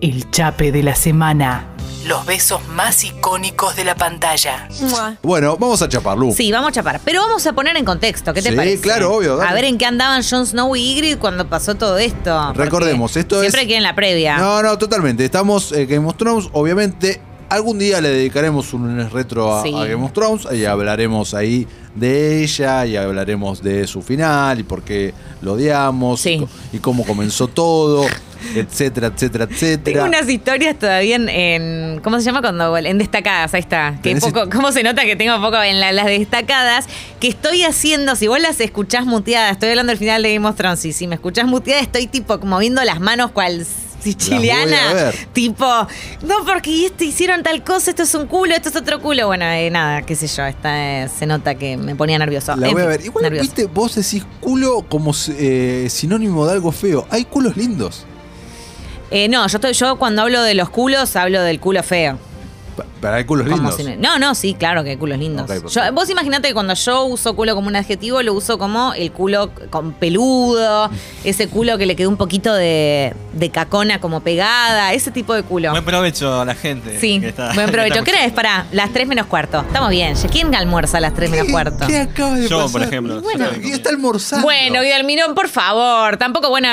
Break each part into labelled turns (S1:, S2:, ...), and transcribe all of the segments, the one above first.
S1: el chape de la semana. Los besos más icónicos de la pantalla.
S2: Mua.
S3: Bueno, vamos a chapar, Lu.
S2: Sí, vamos a chapar. Pero vamos a poner en contexto, ¿qué te
S3: Sí,
S2: parece?
S3: claro, obvio, dale.
S2: A ver en qué andaban Jon Snow y Ygritte cuando pasó todo esto. porque
S3: Recordemos, esto
S2: siempre
S3: es-
S2: quieren la previa.
S3: No, no, totalmente. Estamos en Game of Thrones, obviamente. Algún día le dedicaremos un lunes retro a,
S2: Sí.
S3: a Game of Thrones y hablaremos ahí de ella y hablaremos de su final y por qué lo odiamos
S2: Sí.
S3: y, co- y cómo comenzó todo, etcétera, etcétera, etcétera.
S2: Tengo unas historias todavía en, en- ¿cómo se llama cuando en destacadas? Ahí está. Que
S3: Tenés-
S2: poco, ¿Cómo se nota que tengo poco en la- las destacadas? Que estoy haciendo, si vos las escuchás muteadas, estoy hablando del final de Game of Thrones, y si me escuchás muteada estoy tipo moviendo las manos cual
S3: Las voy a
S2: siciliana.
S3: ver.
S2: Tipo, no, porque este hicieron tal cosa, esto es un culo, esto es otro culo. Bueno, eh, nada, qué sé yo, esta, eh, se nota que me ponía nervioso.
S3: La
S2: En
S3: voy a
S2: fin,
S3: ver. Igual,
S2: nervioso.
S3: viste, vos decís culo como eh, sinónimo de algo feo. Hay culos lindos.
S2: Eh, no, yo, estoy, yo cuando hablo de los culos, hablo del culo feo.
S3: Pa- Pero hay culos
S2: Como
S3: lindos.
S2: si no, no, no, sí, claro que hay culos lindos.
S3: Ok, perfecto.
S2: Yo- vos imaginate que cuando yo uso culo como un adjetivo, lo uso como el culo con peludo, ese culo que le quedó un poquito de, de cacona como pegada, ese tipo de culo.
S4: Buen provecho a la gente.
S2: sí,
S4: que está-
S2: buen
S4: que
S2: provecho.
S4: está
S2: ¿Qué hora es? Pará, las 3 menos cuarto. Estamos bien. ya, ¿Quién almuerza a las 3 menos cuarto?
S3: ¿Qué acaba de
S4: Yo,
S3: pasar?
S4: por ejemplo, yo
S3: Bueno,
S4: estoy
S3: y está almorzando.
S2: Bueno, Guido Almirón, por favor. Tampoco, bueno,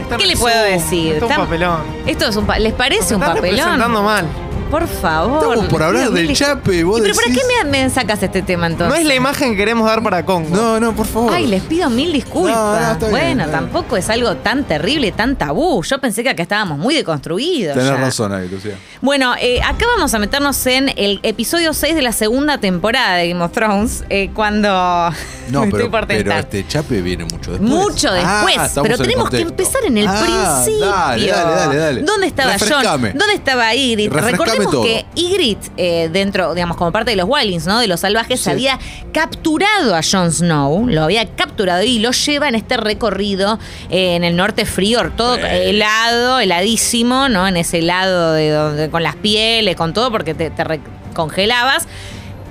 S5: Está
S2: ¿Qué le
S5: resumo,
S2: puedo decir?
S5: Está un
S2: Está-
S5: papelón.
S2: esto es un pa- ¿les parece un
S5: Estás representando
S2: papelón?
S5: mal.
S2: Por favor.
S3: Estamos por hablar
S2: Dios,
S3: del
S2: Mili.
S3: chape, vos
S2: ¿Y ¿Pero para
S3: decís-
S2: qué me, me sacas este tema entonces?
S5: No es la imagen que queremos dar para Congo.
S3: No, no, por favor.
S2: Ay, les pido mil disculpas.
S3: No, no, está bien,
S2: bueno,
S3: está bien.
S2: tampoco es algo tan terrible, tan tabú. Yo pensé que acá estábamos muy deconstruidos.
S3: Tenés
S2: ya.
S3: razón ahí, Lucía.
S2: Bueno, eh, acá vamos a meternos en el episodio 6 de la segunda temporada de Game of Thrones, eh, cuando
S3: No,
S2: me estoy
S3: pero,
S2: por
S3: pero
S2: tentar.
S3: este chape viene mucho después.
S2: Mucho después,
S3: Ah, estamos
S2: pero
S3: en el
S2: tenemos que
S3: contexto.
S2: empezar en el
S3: Ah,
S2: principio.
S3: Dale, dale, dale, dale.
S2: ¿Dónde estaba
S3: Refrescame.
S2: John? ¿Dónde estaba Ygritte?
S3: Refrescame
S2: Recordemos
S3: todo.
S2: que Ygritte, eh, dentro, digamos, como parte de los Wildlings, ¿no? De los salvajes,
S3: Sí.
S2: había capturado a Jon Snow, lo había capturado y lo lleva en este recorrido eh, en el norte frío, todo helado, heladísimo, ¿no? En ese helado de donde- con las pieles, con todo, porque te, te re- congelabas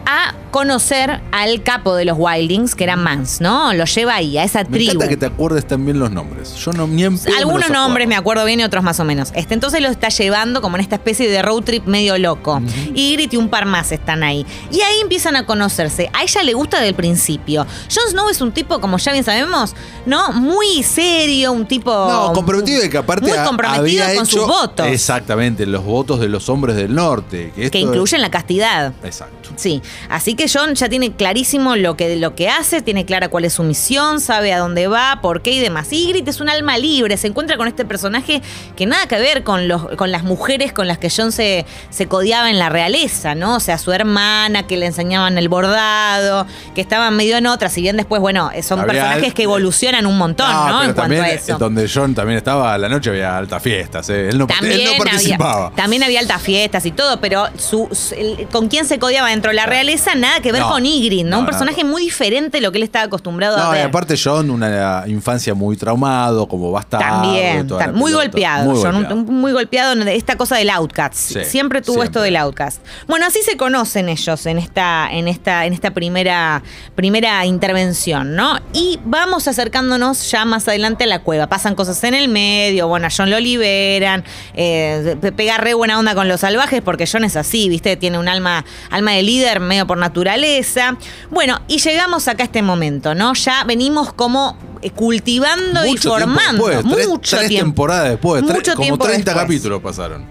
S2: a conocer al capo de los Wildings, que era Mans, ¿no? Lo lleva ahí, a esa
S3: Me
S2: tribu.
S3: encanta que te acuerdes también los nombres. Yo no, ni en pedo me
S2: Algunos
S3: los
S2: nombres me
S3: acuerdo.
S2: acuerdo bien y otros más o menos. Este, entonces lo está llevando como en esta especie de road trip medio loco. Y Grit y un par más están ahí. Y ahí empiezan a conocerse. A ella le gusta desde el principio. Jon Snow es un tipo, como ya bien sabemos, ¿no? Muy serio, un tipo.
S3: No, comprometido de que aparte
S2: Muy
S3: ha-
S2: comprometido
S3: había
S2: con
S3: hecho-
S2: sus votos.
S3: Exactamente, los votos de los hombres del norte. Que, esto-
S2: Que incluyen la castidad.
S3: Exacto.
S2: Sí, así que John ya tiene clarísimo lo que, lo que hace, tiene clara cuál es su misión, sabe a dónde va, por qué y demás. Y Ygritte es un alma libre, se encuentra con este personaje que nada que ver con, los, con las mujeres con las que John se, se codiaba en la realeza, ¿no? O sea, su hermana que le enseñaban el bordado, que estaban medio en otra, si bien después, bueno, son
S3: Habría-
S2: personajes que evolucionan un montón,
S3: No,
S2: ¿no?
S3: pero
S2: En cuanto
S3: también,
S2: a eso.
S3: eh, Donde John también estaba, a la noche había altas fiestas. eh. Él, no, él no participaba.
S2: Había, también había altas fiestas y todo, pero su- su- el- con quién se codiaba dentro de la realeza, nada que ver
S3: No.
S2: con Ygritte, ¿no?
S3: No,
S2: Un
S3: no.
S2: personaje muy diferente de lo que él estaba acostumbrado a
S3: No, y
S2: ver.
S3: aparte John, una infancia muy traumado, como bastardo.
S2: También,
S3: toda la
S2: tam- muy
S3: pelota.
S2: golpeado,
S3: Muy
S2: John, un-
S3: golpeado.
S2: un- muy golpeado en esta cosa del outcast.
S3: Sí,
S2: siempre tuvo
S3: siempre.
S2: esto del outcast. Bueno, así se conocen ellos en esta, en esta, en esta primera, primera intervención, ¿no? Y vamos acercándonos ya más adelante a la cueva. Pasan cosas en el medio, bueno, a John lo liberan, eh, pe- pega re buena onda con los salvajes, porque John es así, viste, tiene un alma, alma de líder medio por naturaleza. Bueno, y llegamos acá a este momento, ¿no? Ya venimos como eh, cultivando y
S3: Mucho tiempo
S2: formando
S3: después, tres-
S2: mucho
S3: tres
S2: tiempo.
S3: temporadas después, tres-
S2: Mucho
S3: como
S2: tiempo
S3: 30
S2: después.
S3: capítulos pasaron.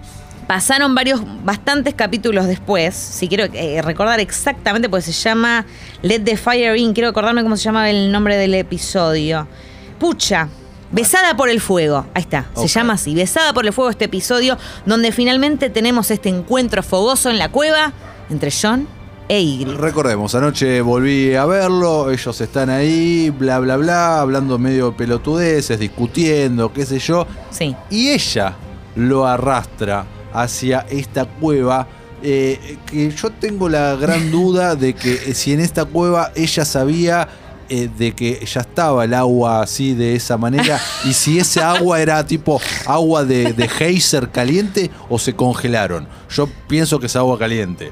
S2: Pasaron varios, bastantes capítulos después. Si quiero eh, recordar exactamente, porque se llama Let the Fire In. Quiero acordarme cómo se llama el nombre del episodio. Pucha. Besada por el fuego. Ahí está.
S3: Ok.
S2: Se llama así. Besada por el fuego este episodio donde finalmente tenemos este encuentro fogoso en la cueva entre John e Ygritte.
S3: Recordemos, anoche volví a verlo, ellos están ahí, bla, bla, bla, hablando medio pelotudeces, discutiendo, qué sé yo.
S2: Sí.
S3: Y ella lo arrastra hacia esta cueva. eh, que yo tengo la gran duda de que eh, si en esta cueva ella sabía eh, de que ya estaba el agua así de esa manera y si ese agua era tipo agua de, de geyser caliente o se congelaron. Yo pienso que es agua caliente.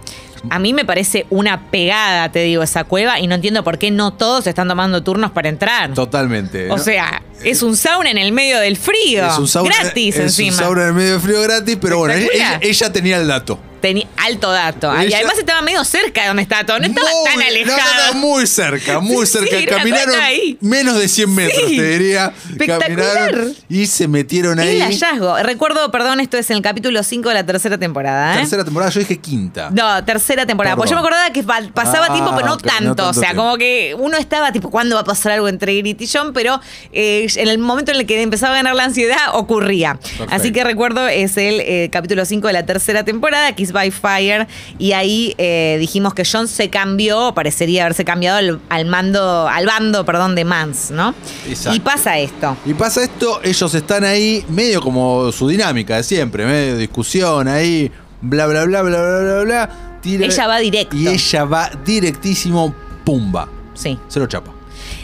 S2: A mí me parece una pegada, te digo, esa cueva y no entiendo por qué no todos están tomando turnos para entrar.
S3: Totalmente.
S2: O
S3: ¿no?
S2: sea, es un sauna en el medio del frío.
S3: Es un sauna-
S2: gratis
S3: es un
S2: encima.
S3: sauna en el medio del frío gratis, pero bueno, ella,
S2: Espectacular.
S3: ella- ella tenía el dato.
S2: Tenía alto dato. Y
S3: Ella-
S2: además estaba medio cerca de donde estaba todo. No estaba
S3: Muy-
S2: tan
S3: no, no,
S2: alejado.
S3: no, muy cerca, muy
S2: Sí,
S3: cerca.
S2: sí, era
S3: Caminaron
S2: todo ahí.
S3: menos de 100 metros,
S2: Sí.
S3: te diría.
S2: Espectacular.
S3: Caminaron y se metieron ahí.
S2: El hallazgo. Recuerdo, perdón, esto es en el capítulo 5 de la tercera temporada. ¿eh?
S3: Tercera temporada, yo dije quinta.
S2: No, tercera temporada. Pues yo me
S3: Perdón.
S2: acordaba que pa- pasaba
S3: Ah,
S2: tiempo, pero no,
S3: ok, no
S2: tanto.
S3: tanto
S2: O sea,
S3: tiempo.
S2: como que uno estaba tipo, ¿cuándo va a pasar algo entre Grit y John? Pero eh, en el momento en el que empezaba a ganar la ansiedad, ocurría. Así que recuerdo, es el eh, capítulo 5 de la tercera temporada, Kiss by Fire. Y ahí eh, dijimos que John se cambió, parecería haberse cambiado al, al mando, al bando, perdón, de Mans, ¿no?
S3: Exacto.
S2: Y pasa esto.
S3: Y pasa esto, ellos están ahí medio como su dinámica de siempre, medio discusión ahí, bla, bla, bla, bla, bla, bla, bla. Tira-
S2: Ella va directo.
S3: Y ella va directísimo, pumba.
S2: Sí.
S3: Se lo chapa.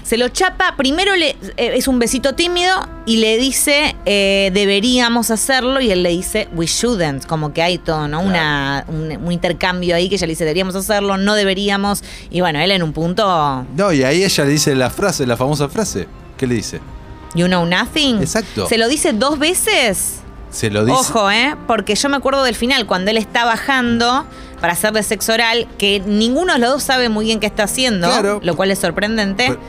S2: Se lo chapa, primero le, eh, es un besito tímido y le dice, eh, deberíamos hacerlo, y él le dice, we shouldn't, como que hay todo, ¿no? Una, un, un intercambio ahí que ella le dice, deberíamos hacerlo, no deberíamos, y bueno, él en un punto,
S3: No, y ahí ella le dice la frase, la famosa frase. ¿Qué le dice?
S2: you know nothing.
S3: Exacto.
S2: Se lo dice dos veces.
S3: Se lo dice.
S2: Ojo, ¿eh? Porque yo me acuerdo del final, cuando él está bajando para hacerle sexo oral, que ninguno de los dos sabe muy bien qué está haciendo,
S3: Claro.
S2: lo cual es sorprendente.
S3: Pero-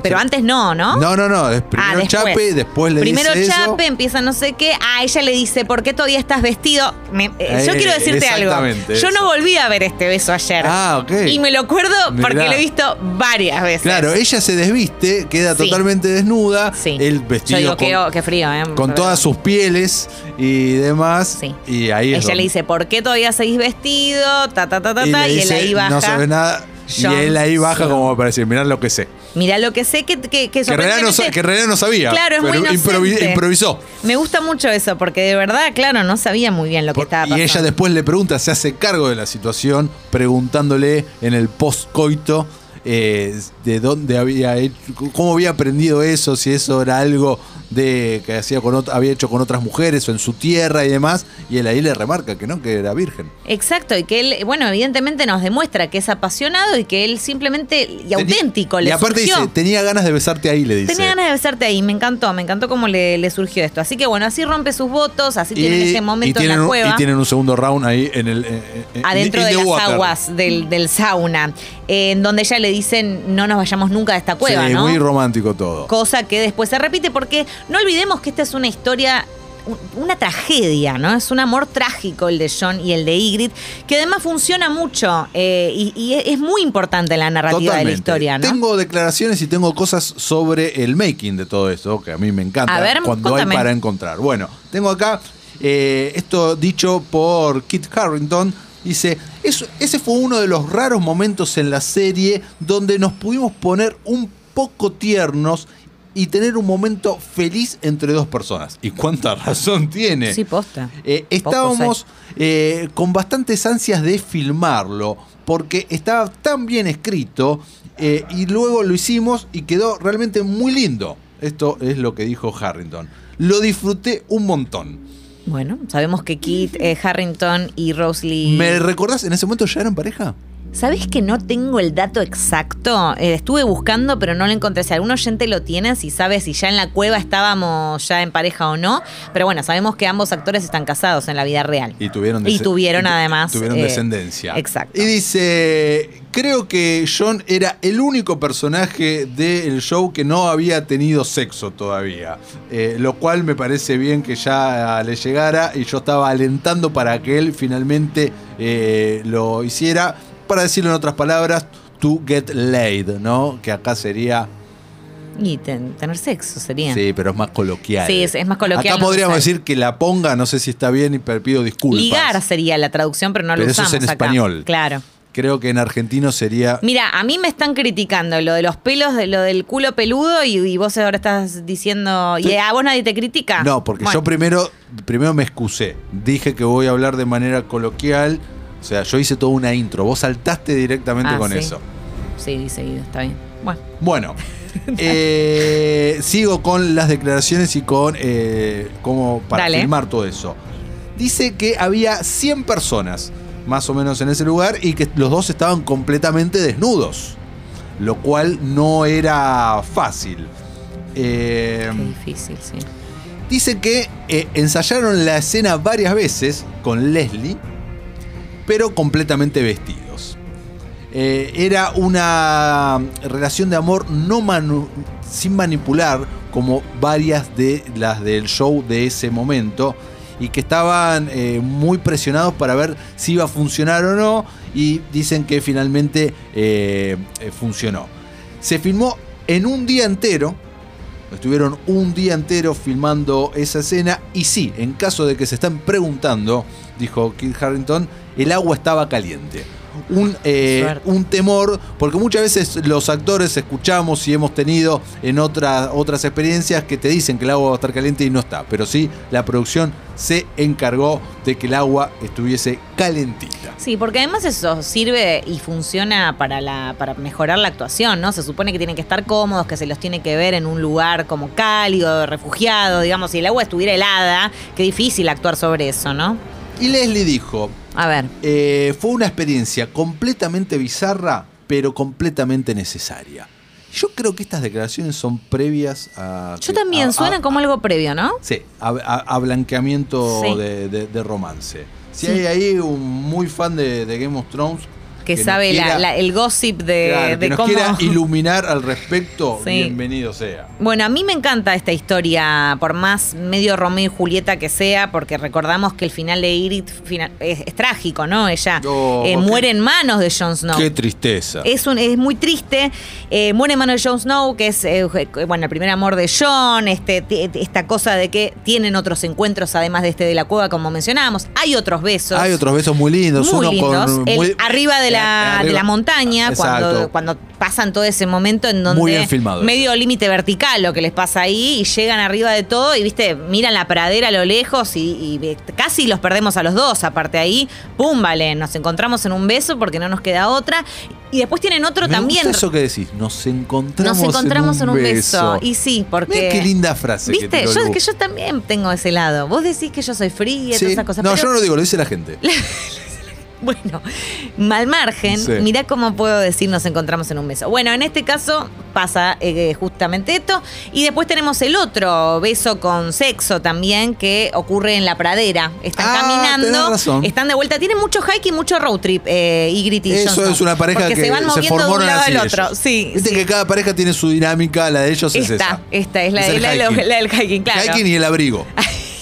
S2: Pero, antes no, ¿no?
S3: No, no, no. Es primero
S2: Ah, después.
S3: chape, después le
S2: Primero
S3: dice eso.
S2: chape, empieza no sé qué. A ella le dice, ¿por qué todavía estás vestido? Me- eh, yo
S3: Eh,
S2: quiero decirte algo.
S3: exactamente
S2: Yo
S3: eso.
S2: no volví a ver este beso ayer.
S3: Ah, ok.
S2: Y me lo acuerdo porque
S3: Mirá.
S2: lo he visto varias veces.
S3: Claro, ella se desviste, queda
S2: Sí.
S3: totalmente desnuda.
S2: Sí.
S3: El
S2: Yo digo,
S3: vestido
S2: qué,
S3: con,
S2: qué frío, ¿eh?
S3: con todas sus pieles y demás.
S2: Sí.
S3: Y ahí es
S2: Ella le
S3: donde-
S2: dice, ¿por qué todavía seguís vestido? Ta, ta, ta, ta,
S3: y
S2: ta.
S3: le
S2: Y él
S3: dice,
S2: ahí baja.
S3: No sabes nada.
S2: John
S3: y él ahí baja
S2: Snow.
S3: como para decir, mirá lo que sé.
S2: Mirá lo que sé que, que, que
S3: Que en, realidad no, sa-
S2: sorprendentemente-
S3: que en realidad no sabía.
S2: Claro, es muy
S3: pero improvi-
S2: inocente.
S3: improvisó.
S2: Me gusta mucho eso, porque de verdad, claro, no sabía muy bien lo que
S3: Por-
S2: estaba
S3: y
S2: pasando.
S3: ella después le pregunta, se hace cargo de la situación, preguntándole en el postcoito eh, de dónde había hecho, cómo había aprendido eso, si eso era algo de que hacía con ot- había hecho con otras mujeres o en su tierra y demás. Y él ahí le remarca que no, que era virgen.
S2: Exacto, y que él, bueno, evidentemente nos demuestra que es apasionado y que él simplemente y auténtico le
S3: Y aparte
S2: surgió.
S3: dice, tenía ganas de besarte ahí, le dice.
S2: Tenía ganas de besarte ahí, me encantó, me encantó cómo le, le surgió esto. Así que bueno, así rompe sus votos, así tienen ese momento
S3: y tienen
S2: en la
S3: un-
S2: cueva.
S3: y tienen un segundo round ahí en el. eh, eh,
S2: Adentro
S3: in
S2: de
S3: the
S2: las
S3: water.
S2: aguas del, del sauna, eh, en donde ya le dicen no nos vayamos nunca de esta cueva,
S3: Sí,
S2: ¿no?
S3: muy romántico todo.
S2: Cosa que después se repite porque no olvidemos que esta es una historia, un- una tragedia, ¿no? Es un amor trágico el de John y el de Ygritte, que además funciona mucho eh, y, y es- es muy importante en la narrativa de la
S3: Totalmente.
S2: historia, ¿no?
S3: Tengo declaraciones y tengo cosas sobre el making de todo esto, que a mí me encanta
S2: A ver,
S3: cuando
S2: contame.
S3: hay para encontrar. Bueno, tengo acá eh, esto dicho por Kit Harrington. Dice, "Eso- ese fue uno de los raros momentos en la serie donde nos pudimos poner un poco tiernos y tener un momento feliz entre dos personas. ¿Y cuánta razón tiene?
S2: Sí, posta.
S3: Eh, estábamos eh, con bastantes ansias de filmarlo porque estaba tan bien escrito eh, y luego lo hicimos y quedó realmente muy lindo. Esto es lo que dijo Harrington. Lo disfruté un montón.
S2: Bueno, sabemos que Kit, eh, Harrington y Rosalie.
S3: ¿Me recordás? ¿En ese momento ya eran pareja?
S2: ¿Sabes que no tengo el dato exacto? Eh, estuve buscando, pero no lo encontré. Si algún oyente lo tiene, si sabe si ya en la cueva estábamos ya en pareja o no. Pero bueno, sabemos que ambos actores están casados en la vida real.
S3: Y tuvieron,
S2: Y
S3: desc- y
S2: tuvieron
S3: tu-
S2: además,
S3: Tuvieron
S2: eh,
S3: descendencia.
S2: exacto.
S3: Y dice: Creo que John era el único personaje del show que no había tenido sexo todavía. Eh, lo cual me parece bien que ya le llegara. Y yo estaba alentando para que él finalmente eh, lo hiciera. Para decirlo en otras palabras, to get laid, ¿no? Que acá sería.
S2: Y ten- tener sexo sería.
S3: Sí, pero es más coloquial.
S2: Sí, es- es más coloquial,
S3: Acá
S2: no
S3: podríamos
S2: usa-
S3: decir que la ponga, no sé si está bien y pe- pido disculpas.
S2: Ligar sería la traducción, pero no lo
S3: Pero eso es
S2: usamos
S3: en
S2: acá.
S3: español.
S2: Claro.
S3: Creo que en argentino sería.
S2: Mira, a mí me están criticando lo de los pelos, de lo del culo peludo y, y vos ahora estás diciendo, ¿y a vos nadie te critica?
S3: No, porque
S2: Bueno,
S3: yo primero, primero me excusé. Dije que voy a hablar de manera coloquial. O sea, yo hice toda una intro. Vos saltaste directamente
S2: Ah,
S3: con
S2: sí.
S3: eso.
S2: Sí, seguido, está bien. Bueno,
S3: Bueno, eh, sigo con las declaraciones y con eh, cómo para
S2: Dale.
S3: filmar todo eso. Dice que había 100 personas. más o menos en ese lugar, y que los dos estaban completamente desnudos, lo cual no era fácil. Eh,
S2: Qué difícil, sí.
S3: Dice que eh, ensayaron la escena varias veces con Leslie, pero completamente vestidos. Eh, era una relación de amor no manu- sin manipular, como varias de las del show de ese momento, y que estaban eh, muy presionados para ver si iba a funcionar o no, y dicen que finalmente eh, eh, funcionó. Se filmó en un día entero, Estuvieron un día entero filmando esa escena y sí, en caso de que se están preguntando, dijo Kit Harrington, el agua estaba caliente. Un, eh,
S2: Suerte.
S3: un temor, porque muchas veces los actores escuchamos y hemos tenido en otra- otras experiencias que te dicen que el agua va a estar caliente y no está. Pero sí, la producción se encargó de que el agua estuviese calentita.
S2: Sí, porque además eso sirve y funciona para la para mejorar la actuación, ¿no? Se supone que tienen que estar cómodos, que se los tiene que ver en un lugar como cálido, refugiado, digamos, si el agua estuviera helada, qué difícil actuar sobre eso, ¿no?
S3: Y Leslie dijo,
S2: A ver,
S3: Eh, fue una experiencia completamente bizarra, pero completamente necesaria. Yo creo que estas declaraciones son previas a.
S2: yo también
S3: a- a-
S2: suenan como algo previo, ¿no?
S3: Sí, a, a- a blanqueamiento
S2: Sí.
S3: de, de- de romance. Si
S2: Sí.
S3: hay ahí un muy fan de, de Game of Thrones.
S2: Que,
S3: nos
S2: sabe la-
S3: quiera-
S2: la- el gossip de,
S3: claro, que
S2: de
S3: nos
S2: cómo
S3: quiera iluminar al respecto,
S2: Sí.
S3: bienvenido sea.
S2: Bueno, a mí me encanta esta historia, por más medio Romeo y Julieta que sea, porque recordamos que el final de Irit fina- es, es trágico, ¿no? Ella
S3: Oh,
S2: eh,
S3: qué-
S2: muere en manos de Jon Snow.
S3: Qué tristeza.
S2: Es, un- es muy triste. Eh, muere en manos de Jon Snow, que es eh, bueno, el primer amor de Jon, este, ti- esta cosa de que tienen otros encuentros además de este de la cueva, como mencionábamos. Hay otros besos.
S3: Hay otros besos muy lindos.
S2: Muy
S3: uno
S2: lindos.
S3: con.
S2: El
S3: muy- Eh,
S2: arriba de la,
S3: Arriba.
S2: de la montaña, cuando,
S3: Exacto.
S2: cuando pasan todo ese momento en donde.
S3: Muy bien filmado
S2: Medio límite vertical lo que les pasa ahí, y llegan arriba de todo y, viste, miran la pradera a lo lejos y, y ve- casi los perdemos a los dos. Aparte ahí, pum, vale, nos encontramos en un beso porque no nos queda otra. Y después tienen otro
S3: Me
S2: también.
S3: gusta eso que decís, nos encontramos,
S2: nos encontramos en un, beso.
S3: beso.
S2: Y sí, porque.
S3: Mirá qué linda frase. que
S2: Viste,
S3: tiró
S2: yo, es
S3: Lu.
S2: que yo también tengo ese lado. Vos decís que yo soy fría y
S3: Sí.
S2: todas esas cosas.
S3: No,
S2: pero-
S3: yo no lo digo, lo dice la gente.
S2: Bueno, mal margen,
S3: Sí.
S2: mirá cómo puedo decir nos encontramos en un beso. Bueno, en este caso pasa eh, justamente esto. Y después tenemos el otro beso con sexo también que ocurre en la pradera. Están
S3: Ah, tenés
S2: caminando,
S3: razón.
S2: están de vuelta. Tienen mucho hike y mucho road trip, eh, Ygritte y
S3: Eso
S2: Johnson.
S3: es una pareja
S2: Porque
S3: que
S2: se van moviendo de
S3: formaron
S2: un lado
S3: así
S2: al otro.
S3: ellos.
S2: Sí,
S3: Viste
S2: sí.
S3: que cada pareja tiene su dinámica, la de ellos es
S2: Esta,
S3: esa.
S2: esta es la,
S3: Es el
S2: la- la-
S3: hiking.
S2: la del hiking, claro.
S3: Hiking y el abrigo.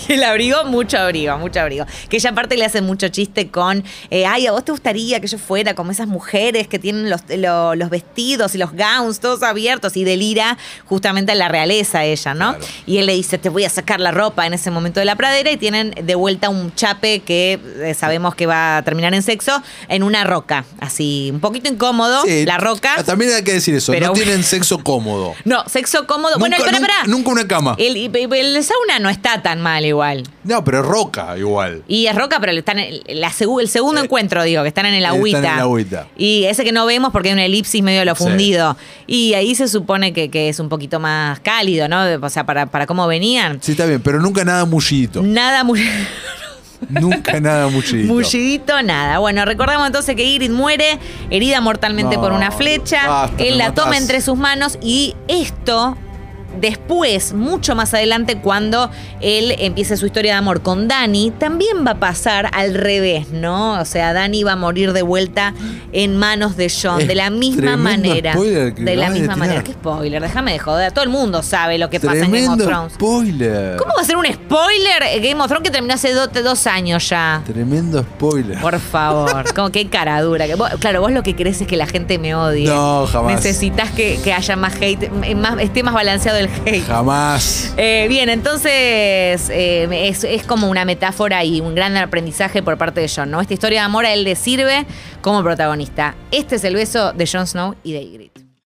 S2: El abrigo, mucho abrigo, mucho abrigo. Que ella aparte le hace mucho chiste con, eh, ay, a vos te gustaría que yo fuera como esas mujeres que tienen los, lo- los vestidos y los gowns todos abiertos y delira justamente a la realeza ella, ¿no?
S3: Claro.
S2: Y él le dice, te voy a sacar la ropa en ese momento de la pradera y tienen de vuelta un chape que eh, sabemos que va a terminar en sexo en una roca, así, un poquito incómodo,
S3: Sí.
S2: la roca.
S3: Ah, También hay que decir eso,
S2: Pero
S3: no
S2: bueno.
S3: tienen sexo cómodo.
S2: No, sexo cómodo. bueno,
S3: nunca,
S2: espera,
S3: nunca-
S2: espera.
S3: nunca una cama.
S2: El, el- el sauna no está tan mal igual.
S3: No, pero es roca igual.
S2: Y es roca, pero están en la segu- el segundo
S3: Eh,
S2: encuentro, digo, que están en el
S3: están
S2: agüita.
S3: en el agüita.
S2: Y ese que no vemos porque hay una elipsis medio de lo
S3: Sí.
S2: fundido. Y ahí se supone que, que es un poquito más cálido, ¿no? O sea, para, para cómo venían.
S3: Sí, está bien, pero nunca nada mullidito.
S2: Nada muy
S3: nunca nada mullidito.
S2: mullidito, nada. Bueno, recordamos entonces que Irid muere, herida mortalmente
S3: No,
S2: por una flecha.
S3: basta,
S2: Él
S3: me
S2: la toma
S3: matás.
S2: entre sus manos y esto. Después, mucho más adelante, cuando él empiece su historia de amor con Dani, también va a pasar al revés, ¿no? O sea, Dani va a morir de vuelta en manos de John,
S3: Es
S2: de la misma
S3: tremendo
S2: manera.
S3: spoiler que
S2: de la
S3: acabas de
S2: misma
S3: tirar.
S2: manera. ¿Qué spoiler? Déjame de joder. Todo el mundo sabe lo que pasa en Game
S3: Tremendo
S2: of Thrones.
S3: spoiler.
S2: ¿Cómo va a ser un spoiler eh, Game of Thrones que terminó hace do- dos años ya?
S3: Tremendo spoiler.
S2: Por favor, como qué cara dura. que vos- claro, vos lo que querés es que la gente me odie.
S3: No, jamás.
S2: Necesitas que, que haya más hate, m- más, esté más balanceado el hate.
S3: Jamás.
S2: Eh, bien, entonces eh, es, es como una metáfora y un gran aprendizaje por parte de Jon, ¿no? Esta historia de amor a él le sirve como protagonista. Este es el beso de Jon Snow y de Ygritte.